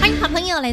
欢迎好朋友来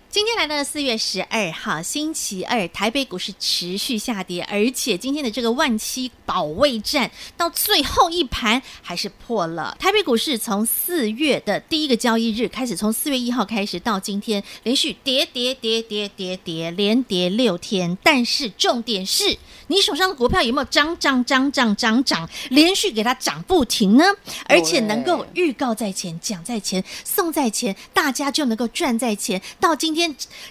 今天来到了四月十二号星期二，台北股市持续下跌，而且今天的这个万七保卫战到最后一盘还是破了。台北股市从四月的第一个交易日开始，从四月一号开始到今天，连续跌跌跌跌跌跌，连跌六天。但是重点是你手上的股票有没有涨涨涨涨涨涨，连续给它涨不停呢？而且能够预告在前，讲在前，送在前，大家就能够赚在前。到今天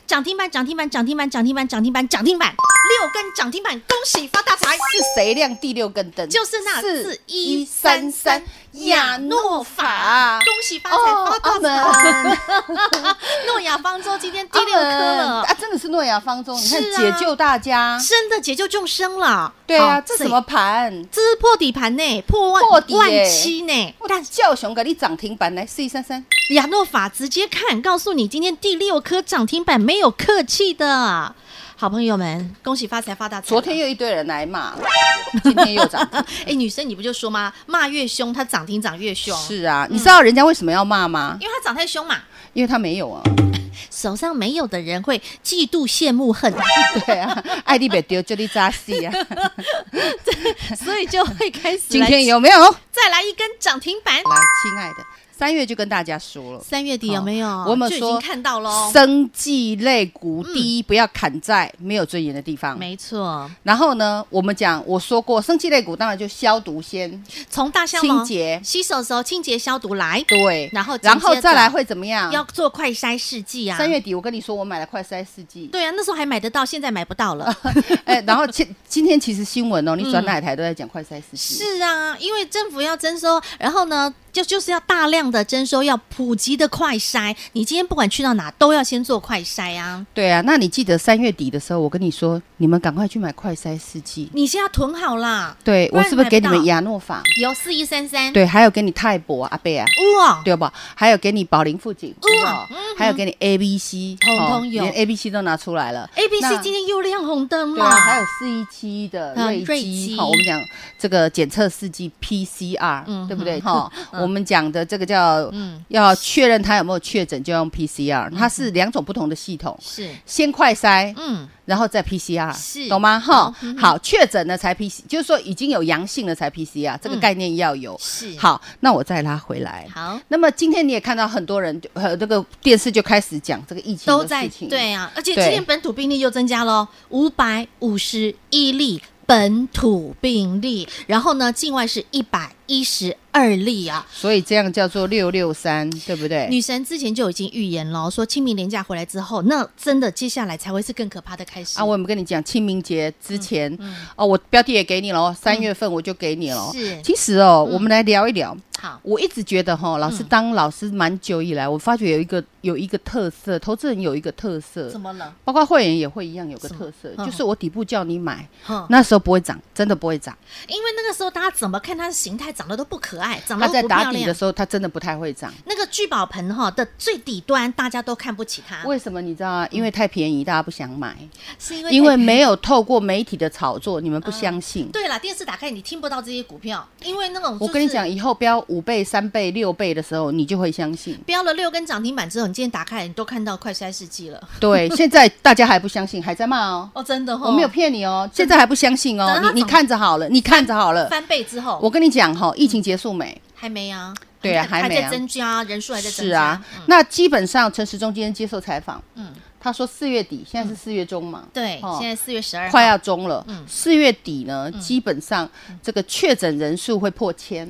涨停板，涨停板，涨停板，涨停板，涨停板，涨停板，六根涨停板，恭喜发大财！是谁亮第六根灯？就是那4133 4133亚诺法，恭喜发哦财，发澳门大财！ 诺亚方舟今天第六颗了啊，，真的是诺亚方舟，你看是啊解救大家。真的解救众生了。对啊，好这所什以么盘？这是破底盘呢，破万破底万耶七呢。我但叫熊给你涨停板来四一三三，亚诺法直接看，告诉你今天第六颗涨停板没有客气的。好朋友们，恭喜发财发大财！昨天又一堆人来 骂，今天又涨停。哎，女生你不就说吗？骂越凶，它涨停涨越凶， 是啊，你知道人家为什么要骂吗？因为它涨太凶嘛。因为他没有啊。 手上没有的人会嫉妒、羡慕、 恨，对啊，爱丽别丢，就你扎戏 啊。所以就会开始今来天有没有？来，再来一根涨停板。亲爱的，三月就跟大家说了，三月底有没有？哦我们就已经说看到喽。生技类股嗯第一，不要砍在没有尊严的地方。没错，然后呢，我们讲我说过，生技类股当然就消毒先，从大象毛清洁洗手的时候清洁消毒来，对，然后然后紧接着再来会怎么样？要做快筛试剂啊。啊三月底我跟你说，我买了快筛试剂。 对啊，那时候还买得到，现在买不到了。哎，然后今今天其实新闻哦，你转哪一台都在讲快筛试剂。是啊，因为政府要征收，然后呢，就就是要大量的征收，要普及的快筛。你今天不管去到哪，都要先做快筛啊。对啊，那你记得三月底的时候，我跟你说，你们赶快去买快筛试剂。你先要囤好啦。对不我然是不是买给不你们到亚诺法？有四一三三，对，还有给你泰博阿贝啊，哇，对不？还有给你宝林富锦，有没有还有给你 A B C，嗯哦通通有 A B C 都拿出来了 A、B、C 那今天又亮红灯对了，啊，还有四一七的嗯瑞瑞基，基好，我们讲这个检测试剂 PCR，嗯对 不对？嗯哈，我们讲的这个叫嗯要确认他有没有确诊，就用 PCR，它是两种不同的系统，是，先快筛，嗯，然后再 PCR，是懂吗？哈好嗯，好，确诊了才 PC，就是说已经有阳性了才 PCR，这个嗯概念要有。是，好，那我再拉回来。好，那么今天你也看到很多人，呃，这个电视就开始讲这个疫情都的在事情，对啊，而且今对天本土病例又增加喽，五百五十一例本土病例，然后呢，境外是一百一十二例啊。所以这样叫做六六三，对不对？女神之前就已经预言了，说清明年假回来之后，那真的接下来才会是更可怕的开始啊，我有没有跟你讲，清明节之嗯前，哦，我标题也给你了哦，三月份我就给你了哦。是嗯其实哦，我们来聊一聊。好，我一直觉得嗯哈，老师当老师蛮久以来，我发觉有一个有一个特色，投资人有一个特色，么了？包括会员也会一样有个特色什，么嗯哦就是我底部叫你买，哼，那时候不会涨，真的不会涨。因为那个时候大家怎么看它的形态长得都不可爱，长得它都在不打漂底的亮。时候，它真的不太会涨。那个聚宝盆哈的最底端，大家都看不起它，为什么你知道吗？因为太便宜，大家不想买，是因为因为没有透过媒体的炒作，你们不相信。啊对啦，电视打开你听不到这些股票，因为那种、我跟你讲，，以后标五倍、三倍、六倍的时候，你就会 相信。标了六根涨停板之后，你今天打开你都看到快筛试剂 了。对，现在大家还不相信，还在骂哦。哦，真的哈、我没有骗你哦，现在还不相信哦等。它你你涨看着好了，你看着好了。翻倍之后，我跟你讲哈、疫情结束没？还没啊。对啊还没啊在增加人数还在增加。是啊，嗯那基本上陈时中今天接受采访，嗯，他说四月底，现在是四月中嘛，对，哦现在四月十二快要中了嗯。四、月底呢，基本上这个确诊人数会破千。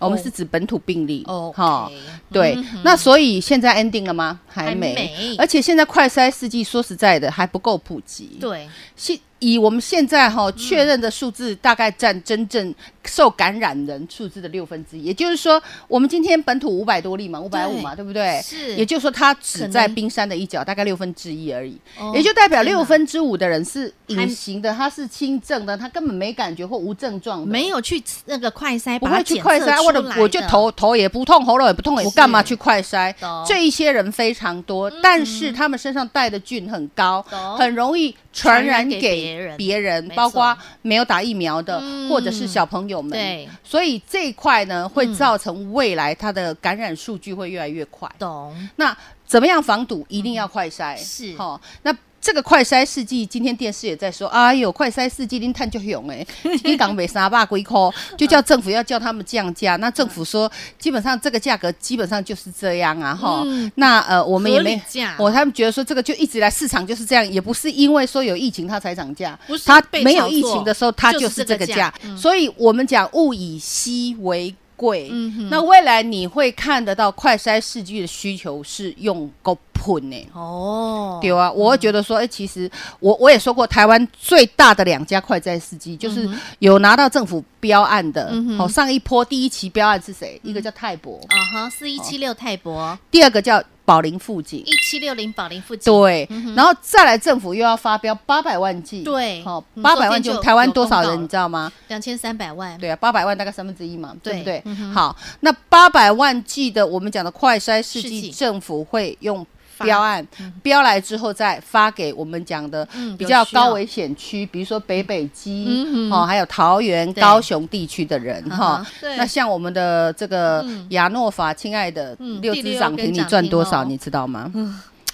我们是指本土病例哦，哈 OK 对嗯哼，那所以现在 ending 了吗？还还没没，而且现在快筛试剂说实在的还不够普及。，对，现以我们现在哈嗯确认的数字，大概占真正受感染人数字的六分之一，也就是说，我们今天本土五百多例嘛，五百五嘛，对不对？是也就是说，它只能在冰山的一角，大概六分之一而已，哦也就代表天哪六分之五的人是还隐形的，他是轻症的，他根本没感觉或无症状的，没有去那个快筛，不把它会去检快测筛，出或者来我就的头头也不痛，喉咙也不痛，我干嘛去快筛懂？这一些人非常多，但是他们身上带的菌很高嗯懂，很容易传传染染给别给人别人没，包括错没有打疫苗的嗯或者是小朋友们。对，所以这一块呢，会嗯造成未来它的感染数据会越来越快。懂，那怎么样防堵？一定要快筛，嗯是好、那。这个快筛试剂，今天电视也在说，哎呦，快筛试剂您探就勇 哎，一港每三百几块，就叫政府要叫他们降价。那政府说，基本上这个价格基本上就是这样啊，哈、嗯那呃，我们也合没理价我他们觉得说这个就一直以来市场就是这样，也不是因为说有疫情它才涨价不，是它被没炒有疫作情的时候它就就是是这这个个价价。所以我们讲物以稀为贵，嗯哼那未来你会看得到快筛试剂的需求是用够喷呢。哦，对啊，我会觉得说，哎、其实我我也说过，台湾最大的两家快筛司机，就是有拿到政府标案的。嗯哼好、上一波第一期标案是谁？一个叫泰博，啊哈，四一七六泰博，第二个叫宝林富锦。一七六零宝林附近，对，然后再来政府又要发标八百万剂，对好嗯八百昨天万就剂有，台湾多少公告人你知道吗？两千三百万，对啊，八百万大概三分之一嘛，对对不对嗯？哼好，那八百万剂的我们讲的快筛试试剂剂，政府会用发标案标来之后再发给我们讲的嗯比有较需要高危险区，比如说北北基嗯哼哦，还有桃园、对高雄地区的人哈嗯哼。对那像我们的这个嗯亚诺法，亲爱的嗯六第只六涨根停，你涨赚停多少？哦你知道吗？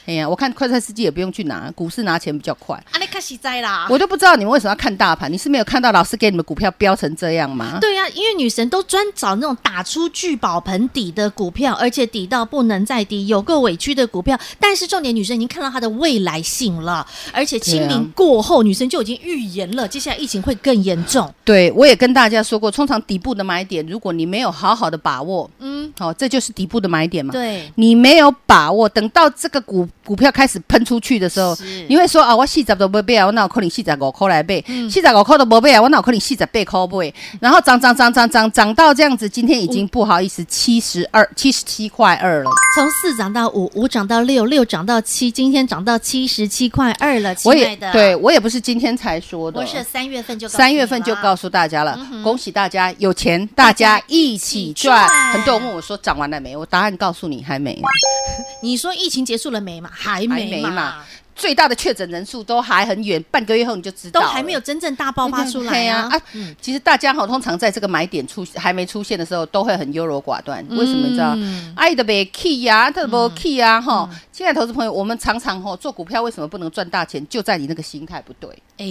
哎呀，我看快餐司机也不用去拿，股市拿钱比较快。啊，你看实在啦。我都不知道你们为什么要看大盘，你是没有看到老师给你们股票标成这样吗？对呀、因为女神都专找那种打出聚宝盆底的股票，而且底到不能再低，有够委屈的股票。但是重点，女神已经看到它的未来性了，而且清对明啊过后，女神就已经预言了，接下来疫情会更严重。对，我也跟大家说过，通常底部的买点，如果你没有好好的把握，嗯，好、这就是底部的买点嘛。，对，你没有把握，等到这个股股票开始喷出去的时候是，你会说啊，我四十都没买啊，我哪有可能四十五块来买？嗯四十五块都没买啊，我哪有可能四十八块买？然后涨涨涨涨涨涨到这样子，今天已嗯经不好意思，七十二、七十七块二了。从四涨到五，五涨到六，六涨到七，今天涨到七十七块二了，亲我爱也的，对，我也不是今天才说的，我是三月份就告诉三你月份就了告诉大家了，恭喜大家有钱，大家一起大赚家一起赚。很多人问我说涨完了没？我答案告诉你，还没。你说疫情结束了没嘛？还还没没嘛嘛，最大的确诊人数都还很远，半个月后你就知道都了，还没有真正大爆发出来对啊！啊，其实大家好，通常在这个买点出还没出现的时候，都会很优柔寡断。嗯为什么你知道？爱的没 key 呀，他不 key 呀，哈。嗯亲爱的投资朋友，我们常常吼做股票为什么不能赚大钱，就在你那个心态不对。哎，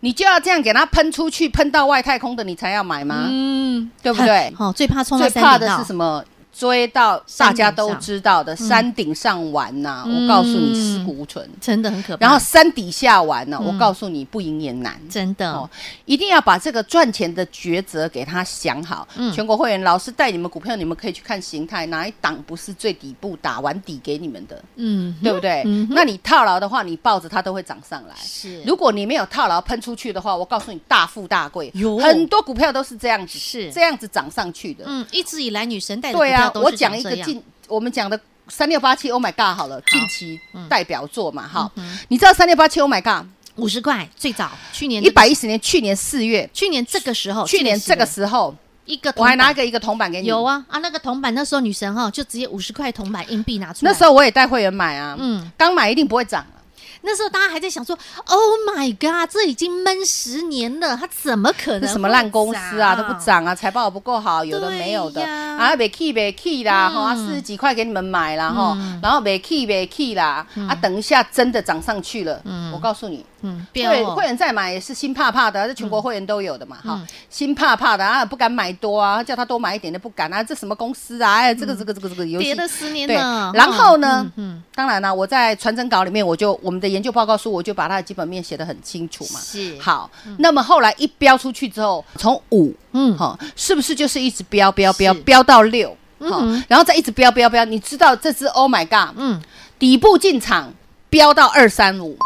你就要这样给它喷出去，喷到外太空的，你才要买吗？嗯，对不对？哦，最怕冲到最山怕顶的是道什么？追到大家都知道的山顶上玩呐、嗯我告诉你尸骨无存。真的很可怕。然后山底下玩嗯呢、我告诉你不赢也难。真的、哦，一定要把这个赚钱的抉择给他想好。嗯全国会员老师带你们股票，你们可以去看形态，哪一档不是最底部打完底给你们的，嗯，嗯对不对？那你套牢的话，你抱着它都会涨上来。是，如果你没有套牢喷出去的话，我告诉你大富大贵哟，很多股票都是这样子，是这样子涨上去的。嗯，一直以来女神带的股对票啊，都我是讲长一这个样，近我们讲的三六八七，Oh my God，好了，近期嗯代表作嘛，哈，你知道三六八七，Oh my God，五十块最早去年一这个百一十年，去年四月，哦去年这个时候，去年这个时时候，一个我还拿铜板个一个铜板给你，有啊啊那个铜板，那时候女神哈就直接五十块铜板硬币拿出来，那时候我也带会员买啊，嗯嗯，刚买一定不会涨啊。那时候大家还在想说，Oh my god，这已经闷十年了，它怎么可能？是什么烂公司啊，都不。涨啊，财报不够好，有的没有对的呀啊，没 key 没 key 啦，嗯哈、啊，四十几块给你们买啦，哈、嗯然后没 key 没 key 啦，啊，等一下真的涨上去了，嗯我告诉你，嗯，标会哦会员再买也是心怕怕的，这全国会员都有的嘛，哈、嗯心怕怕的啊，不敢买多啊，叫他多买一点都不敢啊，这什么公司啊，哎，这个这个这个这个游嗯戏跌了十年对，了。然后呢嗯，嗯当然啦、我在传真稿里面我就我们的研究报告书，我就把它的基本面写得很清楚嘛。是好，那么后来一标出去之后，从五嗯，哈、是不是就是一直标标标是标到六？嗯哈哼然后再一直标标标，你知道这只 Oh my God，嗯，底部进场标到二三五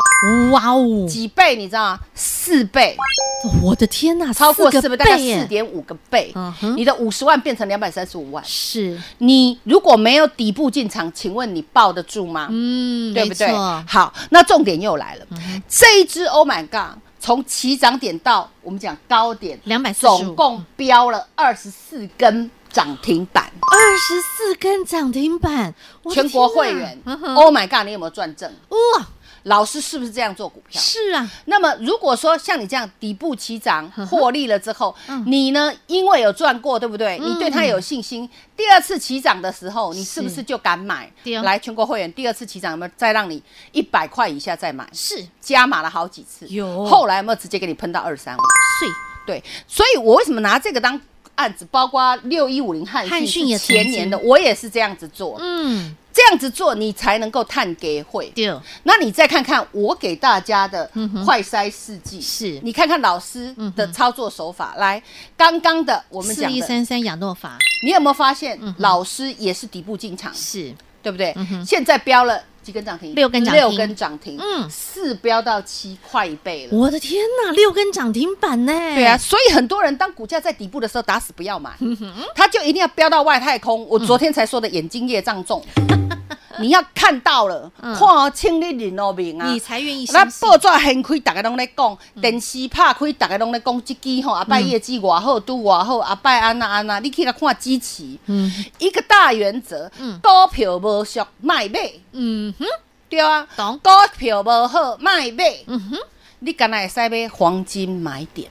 哇哦，几倍，你知道吗？四倍，我的天呐，超过四四个倍，大概耶四点五个倍嗯哼，你的五十万变成两百三十五万。是，你如果没有底部进场，请问你抱得住吗？嗯，对不对没错？嗯好，那重点又来了，这一只 Oh my God，从起涨点到我们讲高点， 245总共标了二十四根涨停板，二十四根涨停板，我的全国会天哪员嗯哼 Oh my God，你有没有赚正？哇，老师是不是这样做股票？是啊，那么如果说像你这样底部起涨嗯哼获利了之后，嗯你呢因为有赚过，对不对？你对它有信心，第二次起涨的时候，你是不是是就敢买对哦？来全国会员第二次起涨有没有再让你一百块以下再买？是加码了好几次，有后来有没有直接给你喷到二三五？碎，对，所以我为什么拿这个当案子？包括六一五零汉汉讯讯也是曾经前年的，我也是这样子做，嗯，这样子做你才能够探给会。对，那你再看看我给大家的快筛试剂，嗯是你看看老师的操作手法。来，刚刚的我我们四讲一的，三三亚诺法你有没有发现老师也是底部进场，嗯是嗯对不对？现在标了几根涨停，六根涨停六根涨停，嗯嗯，四标到七，快一倍了。我的天呐，六根涨停板呢？对啊，，所以很多人当股价在底部的时候，打死不要买，嗯他就一定要飙到外太空。我昨天才说的眼睛业 障重，你要看到了，嗯看哦，清理人哦明啊，你才愿意那相信报纸掀开，大家拢咧讲；嗯电视拍开，大家拢咧讲。即支吼，阿拜业绩偌好，拄偌好，阿拜安那安那，你去甲看支持。嗯一个大原则，股票无俗，卖买。嗯哼，对啊，懂股票无好，卖买。嗯你敢若会使买黄金买点？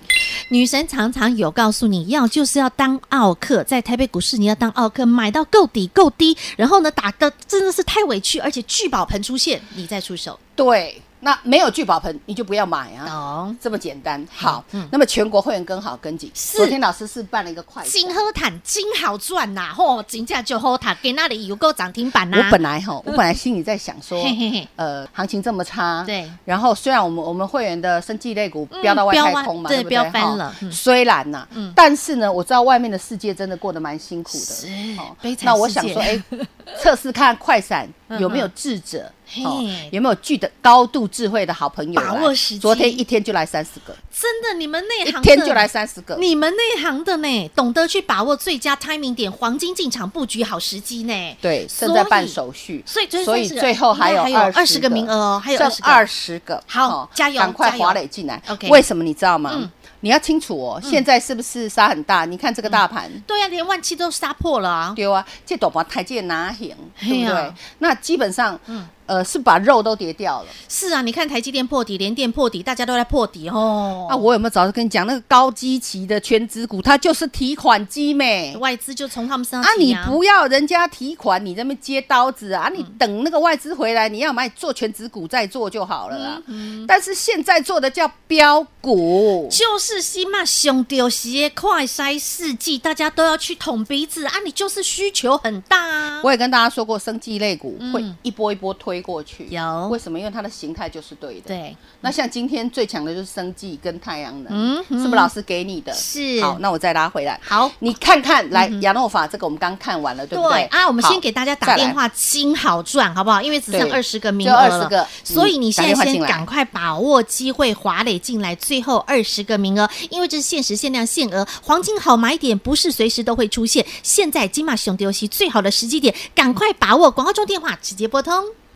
女神常常有告诉你要就是要当奥克，在台北股市你要当奥克，买到够底够低，然后呢打的真的是太委屈，而且聚宝盆出现，你再出手，对，那没有聚宝盆，你就不要买啊。懂？这么简单，好，哦嗯那么全国会员跟好跟紧。是昨天老师是办了一个快闪金喝坦，金好赚呐、吼，金价就喝塔，给那里有够涨停板呐、我本来 哈，我本来心里在想说嘿嘿嘿，呃，行情这么差，对。嗯然后虽然我们我们会员的生技类股飙到外飙太完空嘛，对不飙翻哈了嗯虽然呐，但是呢，我知道外面的世界真的过得蛮辛苦是的。哦悲惨那我世想界说，哎， 测试看快闪有没有智者，嗯哦嘿有没有具的高度智慧的好朋友来，把握时机昨天一天就来三十个，真的，你们内一行的天就来三十个。你们内行的呢，懂得去把握最佳 timing 点，黄金进场布局好时机呢。对，所以正在办手续，所以就是所以30个最后还有应该还有20 20个名额哦还有剩20个二十个，好哦加油赶快加油华磊进来。 OK 为什么你知道吗嗯？你要清楚哦，现在是不是杀很大？你看这个大盘。对呀、连万七都杀破了啊！对啊，这大盘台阶哪行，对嘿嗯不啊对？那基本上，呃，是把肉都跌掉了。是啊，你看台积电破底，联电破底，大家都在破底哦。啊，我有没有早就跟你讲，那个高基期的全指股，它就是提款机咩？外资就从他们身啊上，你提啊不要人家提款，你在那边接刀子嗯啊！啊你等那个外资回来，你要买做全指股再做就好了啦。嗯但是现在做的叫标股，就是西马熊丢鞋快筛试剂，大家都要去捅鼻子啊！你就是需求很大啊。我也跟大家说过，生技类股嗯会一波一波推过去。有为什么？因为它的形态就是对的。。对，那像今天最强的就是生技跟太阳能，嗯，是不是老师给你的？是好，那我再拉回来。好。嗯你看看，来亚诺法这个我们刚看完了，对不对？啊，我们好先给大家打电。话，金好赚，好不好？因为只剩对二十个名就额了， 20个所以嗯你打现电在话先进来赶快把握机会，华磊进来最后二十个名额，因为这是限时限量限额，黄金好买点不是随时都会出现，现在金马熊丢西最好的时机点，赶快把握广告中电话直接拨通，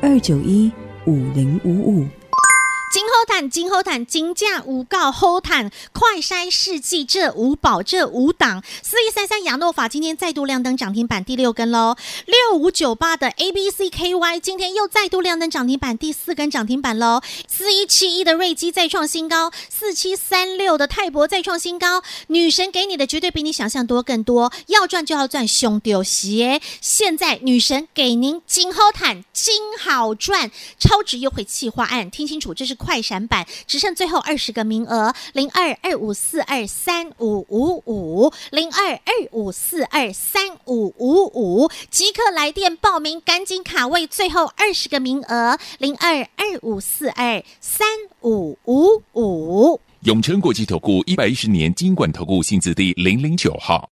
二九一五零五五。今后坦、金猴坦、金价五告猴坦、快筛试剂这五宝这五档，四一三三亚诺法今天再度亮灯涨停板第六根喽，六五九八的 A B C K Y 今天又再度亮灯涨停板第四根涨停板喽，四一七一的瑞基再创新高，四七三六的泰博再创新高，女神给你的绝对比你想象多更多，要赚就要赚胸丢鞋，现在女神给您金猴坦金好赚超值优惠企划案，听清楚，这是快闪版，只剩最后二十个名额，零二二五四二三五五五，零二二五四二三五五五，即刻来电报名，赶紧卡位最后二十个名额，零二二五四二三五五五。永诚国际投顾一百一十年金管投顾性质第零零九号。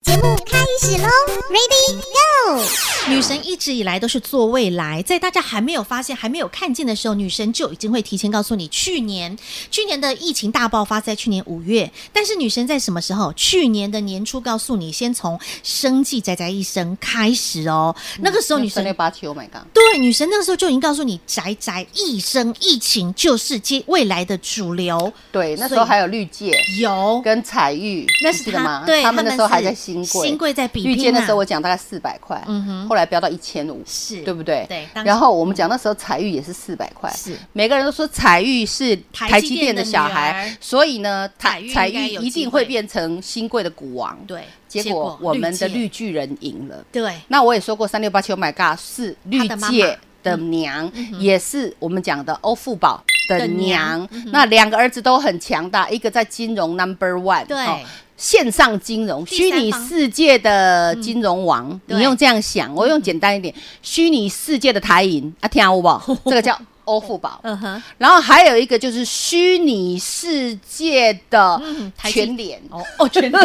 女神一直以来都是做未来，在大家还没有发现、还没有看见的时候，女神就已经会提前告诉你。去年，去年的疫情大爆发在去年五月，但是女神在什么时候？去年的年初告诉你，先从生计宅宅一生开始哦。嗯那个时候女神六八七，Oh my god！对，女神那个时候就已经告诉你，宅宅一生疫情就是接未来的主流。对，那时候还有绿界有，跟彩玉，哦那你是记得他吗？对他们他那们时候还是在新贵，新贵在比绿拼界那啊时候我讲大概四百块，嗯哼后来飙到一千五，是对不对？对当时然后我们讲那时候彩玉也是四百块，是每个人都说彩玉是台积台积电电的的小女孩儿，所以呢，彩彩玉彩应该玉有一机定会会变成新贵的股王。，对，结果我们的绿界绿巨人赢了。对那我也说过，三六八七，Oh my God，是绿他的妈妈嗯界的娘，也是我们讲的欧富宝的的娘嗯娘。那两个儿子都很强大，一个在金融 Number One，对哦线上金融，第虚三拟方世界的金融王，对嗯你用这样想，我用简单一点，虚拟世界的台银啊，听 好不？这个叫欧富宝。嗯哼，然后还有一个就是虚拟世界的嗯台积全联哦哦，全 部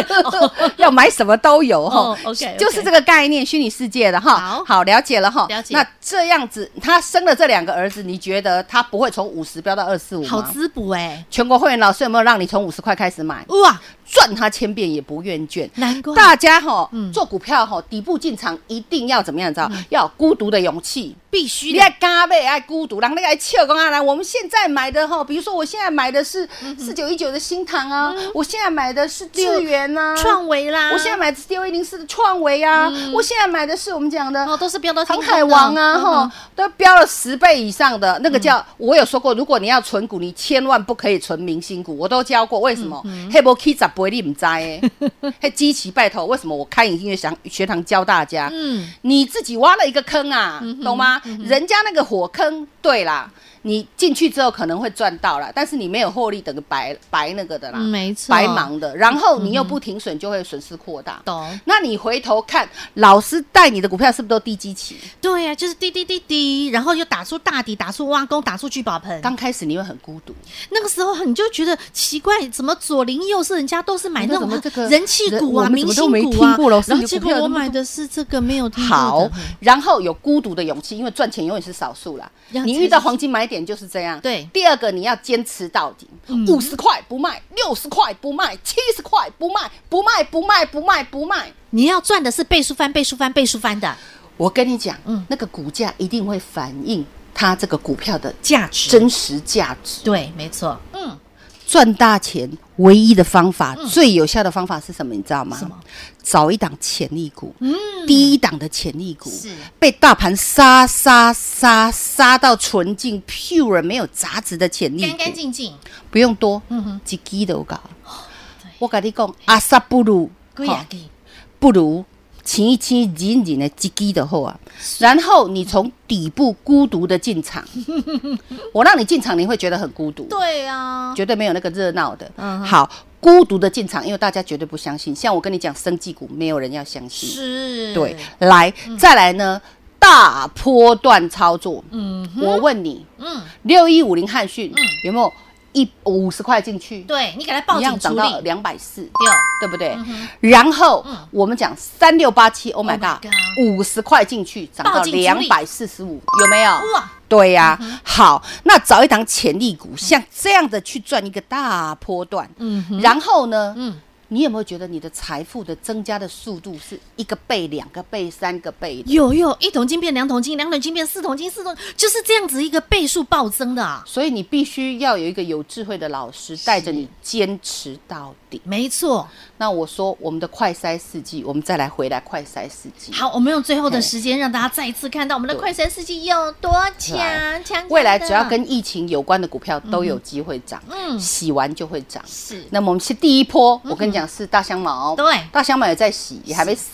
要买什么都有哈、哦，OK，OK 就是这个概念，虚拟世界的哈。好了解了哈。了解那这样子，他生了这两个儿子，你觉得他不会从五十飙到二四五 好吗？滋补哎，全国会员老师有没有让你从五十块开始买，哇，赚他千遍也不厌倦？难怪大家哈、嗯做股票哈，底部进场一定要怎么样？你知道，要有孤独的勇气。必须你的爱嘎背爱孤独，然后那个爱笑讲啊，来，我们现在买的哈，比如说我现在买的是嗯四九一九的新塘啊，我现在买的是智源啊，创维啦，我现在买的是六一零四的创维啊，我现在买的是我们讲的嗯哦都是标到航天海空的王啊，嗯哈、哼嗯都标了十倍以上的那个叫，我有说过，如果你要存股，你千万不可以存明星股，我都教过，为什么？嗯黑波 K 咋不会你唔知 诶？嘿，基奇拜托，为什么我开影音乐学学堂教大家？嗯，你自己挖了一个坑啊，懂吗？人家那个火坑，对啦，你进去之后可能会赚到啦，但是你没有获利，等于白白那个的啦，嗯没错啊白忙的。然后嗯你又不停损，就会损失扩大。懂。那你回头看，老师带你的股票是不是都低基期？对呀、就是滴滴滴滴，然后又打出大底，打出挖工，打出聚宝盆。刚开始你会很孤独，那个时候你就觉得奇怪，怎么左邻右舍人家都是买那我种哎们怎么这个人气股啊、人明星我们怎么股都没啊听过老，师然后你的结股果票有我那么买多的是这个没有听好过的，嗯然后有孤独的勇气，因为赚钱永远是少数啦。要你才遇到是黄金买点就是这样。对嗯第二个你要坚持到底，五十块不卖，六十块不卖，七十块不卖，不卖不卖不卖不卖。你要赚的是倍数翻、倍数翻、倍数翻的我跟你讲，嗯那个股价一定会反映它这个股票的价值。真实价值。对，没错。嗯，赚大钱唯一的方法，最有效的方法是什么？你知道吗？什么嗯找一档潜力股，第一档的潜力股是被大盘杀杀杀杀到纯净 pure 没有杂质的潜力股，干干净净，不用多，嗯哼哦几支都搞。我跟你讲，阿萨不如，贵哈啊贵，不如轻一轻、紧紧的积极的后啊，然后你从底部孤独的 进场，我让你进场，你会觉得很孤独，对啊，绝对没有那个热闹的。嗯哼好，孤独的进场，因为大家绝对不相信。像我跟你讲，生技股没有人要相信，是，对，来、再来呢，大波段操作，嗯哼，我问你，嗯，六一五零汉讯、嗯有没有一五十块进去？对你给它报一样警涨处到理，两百四，对，对不对？然后、嗯我们讲三六八七，Oh my Oh my god，五十块进去涨到报警处两理百四十五，有没有？哇，对呀、嗯好，那找一档潜力股，像这样的去赚一个大波段，嗯哼，然后呢，嗯你有没有觉得你的财富的增加的速度是一个倍、两个倍、三个倍的？有有，一桶金变两桶金，两桶金变四桶金，四桶就是这样子一个倍数暴增的啊。所以你必须要有一个有智慧的老师带着你坚持到底。没错，那我说我们的快筛试剂，我们再来回来快筛试剂。好，我们用最后的时间让大家再一次看到我们的快闪世纪有多强对强强的。未来只要跟疫情有关的股票都有机会涨，嗯洗完就会涨。是那么我们是第一波，我跟你讲是大香茅，对大香茅也在洗，也还没死。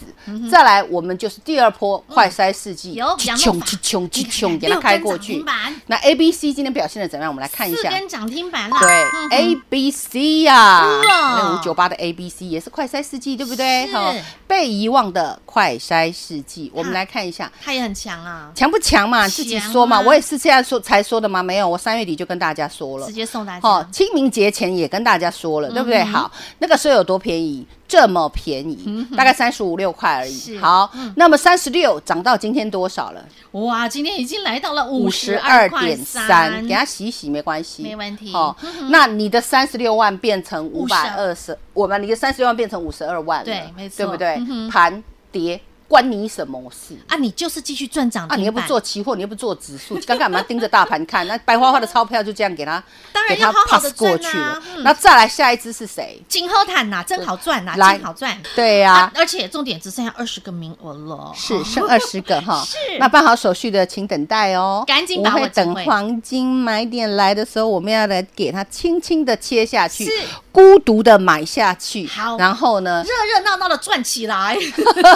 再来，我们就是第二波快筛试剂，嗯有去羊肉冲法去冲去你冲，看给它开过六去根涨停板。那 A、B、C 今天表现的怎么样？我们来看一四下。根涨停板了，嗯对，A 哎 B C 呀，哇那五九八的 A B C 也是快筛试剂，对不对？是被遗忘的快筛试剂，我们来看一下。它也很强啊，强不强嘛？自己说嘛，强啊我也是这样说才说的吗？没有，我三月底就跟大家说了直。接送大家。嗯哦，清明节前也跟大家说了，对不对？好，那个时候有多便宜？这么便宜，大概三十五六块而已。嗯是嗯好，那么三十六涨到今天多少了？哇，今天已经来到了五五十十二二点点三，三，给它洗一洗没关系，没问题嗯哦，那你的三十六万变成五百二十，我们你的三十六万变成五十二万了，对没错对不对嗯？哼盘跌关你什么事？啊，你就是继续赚涨停啊，板，你又不做，期货，你又不做指数， 刚刚我们要盯着大盘看，那白花花的钞票就这样给他，当然给他要好好地 pass 过去赚啊了。嗯那再来下一只是谁？金后坦呐，真好赚呐，来真好赚。对呀、啊，而且重点只剩下二十个名额了，是剩二十个哈， 是那办好手续的，请等待哦，赶紧我把握会等机会黄金买点来的时候，我们要来给它轻轻的切下去是，孤独的买下去，好然后呢， 热热闹闹的赚起来，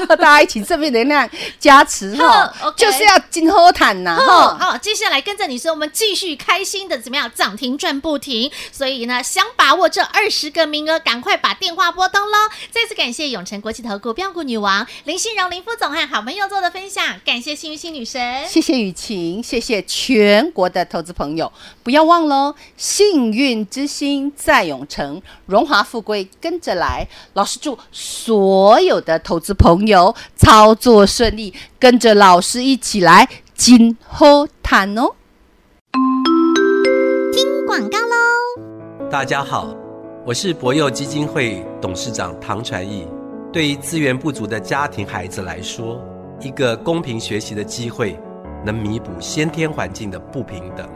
大家一起正面能量加 持哈呵，，OK 就是要金喝坦呐哦，哈，好，接下来跟着女生，我们继续开心的怎么样涨停赚不停。所以呢，想把握这二十个名额，赶快把电话拨通喽！再次感谢永诚国际投顾标股女王林信荣林副总和好朋友做的分享，感谢幸运星女神。谢谢雨晴，谢谢全国的投资朋友，不要忘喽，幸运之星在永城，荣华富贵跟着来。老师祝所有的投资朋友操作顺利，跟着老师一起来金喝谈哦。广告喽。大家好，我是博幼基金会董事长唐传义。对于资源不足的家庭孩子来说，一个公平学习的机会，能弥补先天环境的不平等。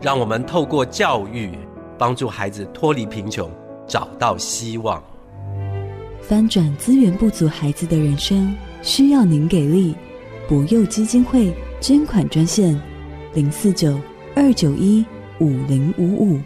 让我们透过教育，帮助孩子脱离贫穷，找到希望。翻转资源不足孩子的人生，需要您给力。博幼基金会捐款专线：零四九二九一五零五五。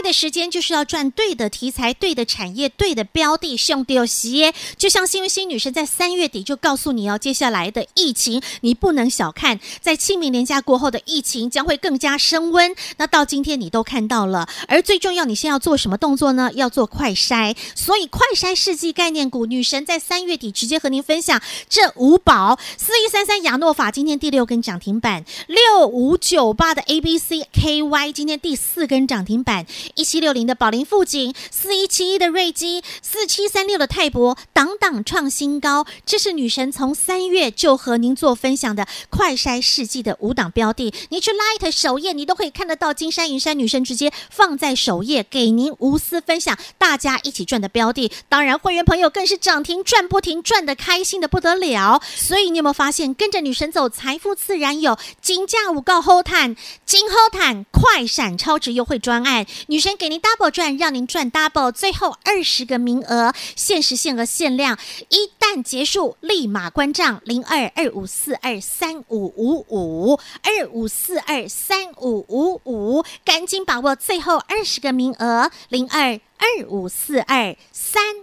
对的时间就是要赚对的题材、对的产业、对的标的，兄弟有哦耶！就像幸运星女神在三月底就告诉你哦，接下来的疫情你不能小看，在清明年假过后的疫情将会更加升温。那到今天你都看到了，而最重要，你先要做什么动作呢？要做快筛。所以快筛试剂概念股女神在三月底直接和您分享这五宝：四一三三亚诺法今天第六根涨停板，六五九八的 A B C K Y 今天第四根涨停板，一七六零的宝林富锦，四一七一的瑞基，四七三六的泰博，档档创新高。这是女神从三月就和您做分享的快筛试剂的五档标的，你去 Light 首页你都可以看得到，金山银山女神直接放在首页，给您无私分享，大家一起赚的标的。当然，会员朋友更是涨停赚不停，赚的开心的不得了。所以你有没有发现，跟着女神走，财富自然有。金价五告后探，金后探快闪超值优惠专案，女神给您 double 赚，让您赚 double，最后二十个名额，限时限额限量，一旦结束立马关账，零二二五四二三五五五二五四二三五五五，赶紧把握最后二十个名额，零二二五四二三